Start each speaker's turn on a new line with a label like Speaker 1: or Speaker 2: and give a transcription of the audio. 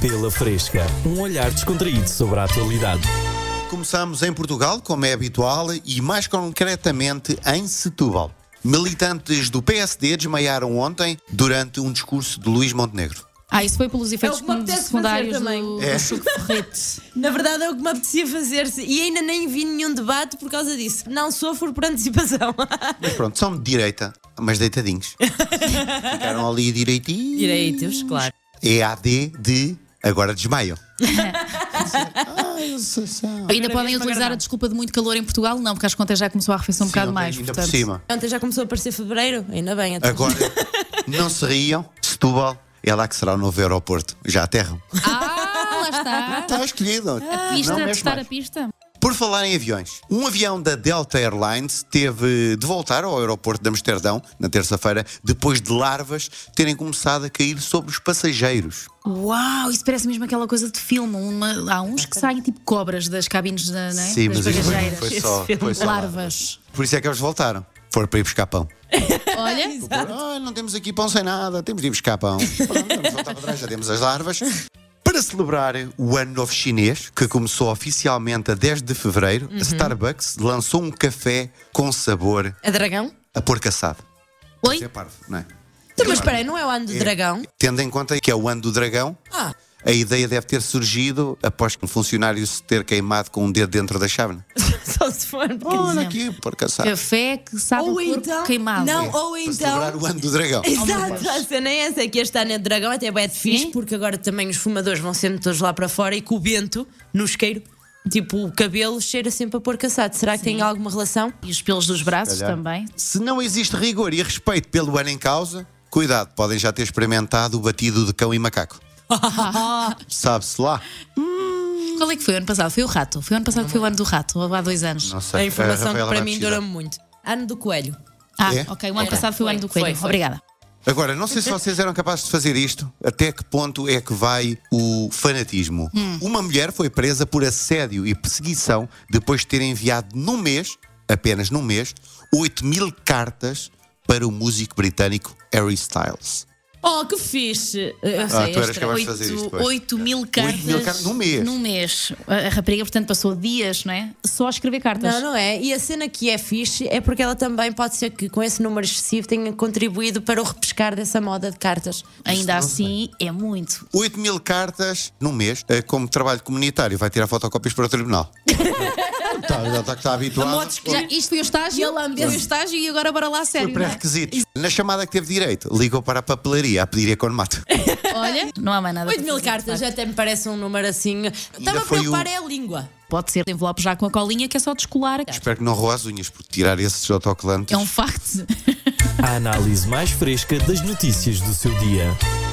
Speaker 1: Pela Fresca, um olhar descontraído sobre a atualidade.
Speaker 2: Começamos em Portugal, como é habitual, e mais concretamente em Setúbal. Militantes do PSD desmaiaram ontem durante um discurso de Luís Montenegro.
Speaker 3: Ah, isso foi pelos efeitos
Speaker 4: É o que me apetece
Speaker 3: secundários
Speaker 4: fazer também.
Speaker 3: do,
Speaker 2: É.
Speaker 3: do suco de ferrete.
Speaker 4: Na verdade é o que me apetecia fazer e ainda nem vi nenhum debate por causa disso. Não sofro por antecipação.
Speaker 2: Mas pronto, são de direita, mas deitadinhos. Ficaram ali direitinhos.
Speaker 4: Direitos, claro.
Speaker 2: EAD de agora desmaiam. ah, eu sei, sei.
Speaker 3: Ainda podem utilizar a desculpa de muito calor em Portugal? Não, porque às contas já começou a arrefecer um bocado
Speaker 2: Sim,
Speaker 3: mais.
Speaker 2: Ainda por
Speaker 3: portanto.
Speaker 2: cima.
Speaker 4: Ontem já começou a aparecer fevereiro, ainda bem. é até.
Speaker 2: Agora, não se riam, Setúbal é lá que será o novo aeroporto. Já aterram.
Speaker 3: Ah, lá está.
Speaker 2: Está escolhido.
Speaker 3: Pista,
Speaker 2: não mexe
Speaker 3: testar
Speaker 2: mais.
Speaker 3: a pista.
Speaker 2: Por falar em aviões, um avião da Delta Airlines teve de voltar ao aeroporto de Amsterdão na terça-feira, depois de larvas terem começado a cair sobre os passageiros.
Speaker 3: Uau, isso parece mesmo aquela coisa de filme. Uma- há uns que saem tipo cobras das cabines da, não é?
Speaker 2: Sim,
Speaker 3: das
Speaker 2: mas isto foi,
Speaker 3: bagageiras.
Speaker 2: foi só,
Speaker 4: Esse
Speaker 2: foi só
Speaker 3: Larvas.
Speaker 2: Por isso é que eles voltaram. Foram para ir buscar pão.
Speaker 3: Olha,
Speaker 2: Ah, não temos aqui pão sem nada, temos de ir buscar pão. Pronto, vamos voltar para trás, já temos as larvas. Para celebrar o Ano Novo Chinês, que começou oficialmente a 10 de fevereiro,
Speaker 3: Uhum.
Speaker 2: a Starbucks lançou um café com sabor
Speaker 4: A é dragão?
Speaker 2: a porco assado.
Speaker 3: oi?
Speaker 2: Isso é parvo, não é?
Speaker 4: Então, mas espera aí, não é o ano do dragão?
Speaker 2: Tendo em conta que é o Ano do Dragão,
Speaker 4: Ah,
Speaker 2: a ideia deve ter surgido após um funcionário se ter queimado com um dedo dentro da chávena.
Speaker 4: só se for.
Speaker 2: Olha aqui, porco assado.
Speaker 3: Café que sabe o
Speaker 4: Ou
Speaker 3: corpo
Speaker 4: então.
Speaker 3: queimado.
Speaker 4: Não, ou
Speaker 2: Para celebrar
Speaker 4: então.
Speaker 2: o Ano do Dragão.
Speaker 4: Exato, a cena é essa que este ano é de dragão, até bem de fixe,
Speaker 3: Sim.
Speaker 4: porque agora também os fumadores vão sendo todos lá para fora e com o vento no isqueiro, tipo o cabelo cheira sempre a porco assado. Será que tem alguma relação?
Speaker 3: E os pelos dos braços
Speaker 2: calhar.
Speaker 3: também.
Speaker 2: Se não existe rigor e respeito pelo ano em causa, cuidado, podem já ter experimentado o batido de cão e macaco. Sabe-se lá.
Speaker 3: Qual é que foi o ano passado? Foi o rato. Foi o ano passado que foi o ano do rato, ou há dois anos.
Speaker 2: Não sei.
Speaker 4: A informação que
Speaker 2: Tá, Rafaela
Speaker 4: para
Speaker 2: vai
Speaker 4: mim
Speaker 2: precisar.
Speaker 4: dura muito. Ano do coelho.
Speaker 3: Ah,
Speaker 2: É?
Speaker 3: ok. O ano passado foi o ano do
Speaker 4: Foi,
Speaker 3: coelho.
Speaker 4: foi.
Speaker 3: Obrigada.
Speaker 2: Agora, não sei se vocês eram capazes de fazer isto. Até que ponto é que vai o fanatismo?
Speaker 3: Hum.
Speaker 2: Uma mulher foi presa por assédio e perseguição depois de ter enviado num mês, apenas num mês, 8 mil cartas para o músico britânico Harry Styles.
Speaker 4: Oh, que fixe! Eu eu sei,
Speaker 2: Ah, tu
Speaker 4: é
Speaker 2: eras
Speaker 4: estranho.
Speaker 2: capaz de fazer isto, pois.
Speaker 3: 8 mil cartas.
Speaker 2: mil cartas num mês.
Speaker 3: Num mês. A a rapariga, portanto, passou dias, não é? Só a escrever cartas.
Speaker 4: Não, não é. E a cena que é fixe é porque ela também pode ser que com esse número excessivo tenha contribuído para o repescar dessa moda de cartas.
Speaker 3: Ainda assim, é muito.
Speaker 2: 8 mil cartas num mês, eh, como trabalho comunitário, vai tirar fotocópias para o tribunal. está, já está, está habituado.
Speaker 3: Já, isto foi o estágio,
Speaker 4: um
Speaker 3: foi o estágio e agora bora lá a sério.
Speaker 2: Foi
Speaker 3: não é?
Speaker 2: pré-requisitos. Na chamada que teve direito, ligou para a papelaria a pedir economato.
Speaker 3: Olha, não há mais nada.
Speaker 4: 8 mil
Speaker 3: para fazer.
Speaker 4: cartas até me parece um número assim. Estava a
Speaker 2: foi
Speaker 4: preocupar
Speaker 2: o-
Speaker 4: é a língua.
Speaker 3: Pode ser envelope já com a colinha que é só descolar.
Speaker 2: Espero que não roa as unhas por tirar esses autocolantes.
Speaker 3: É um facto.
Speaker 1: A análise mais fresca das notícias do seu dia.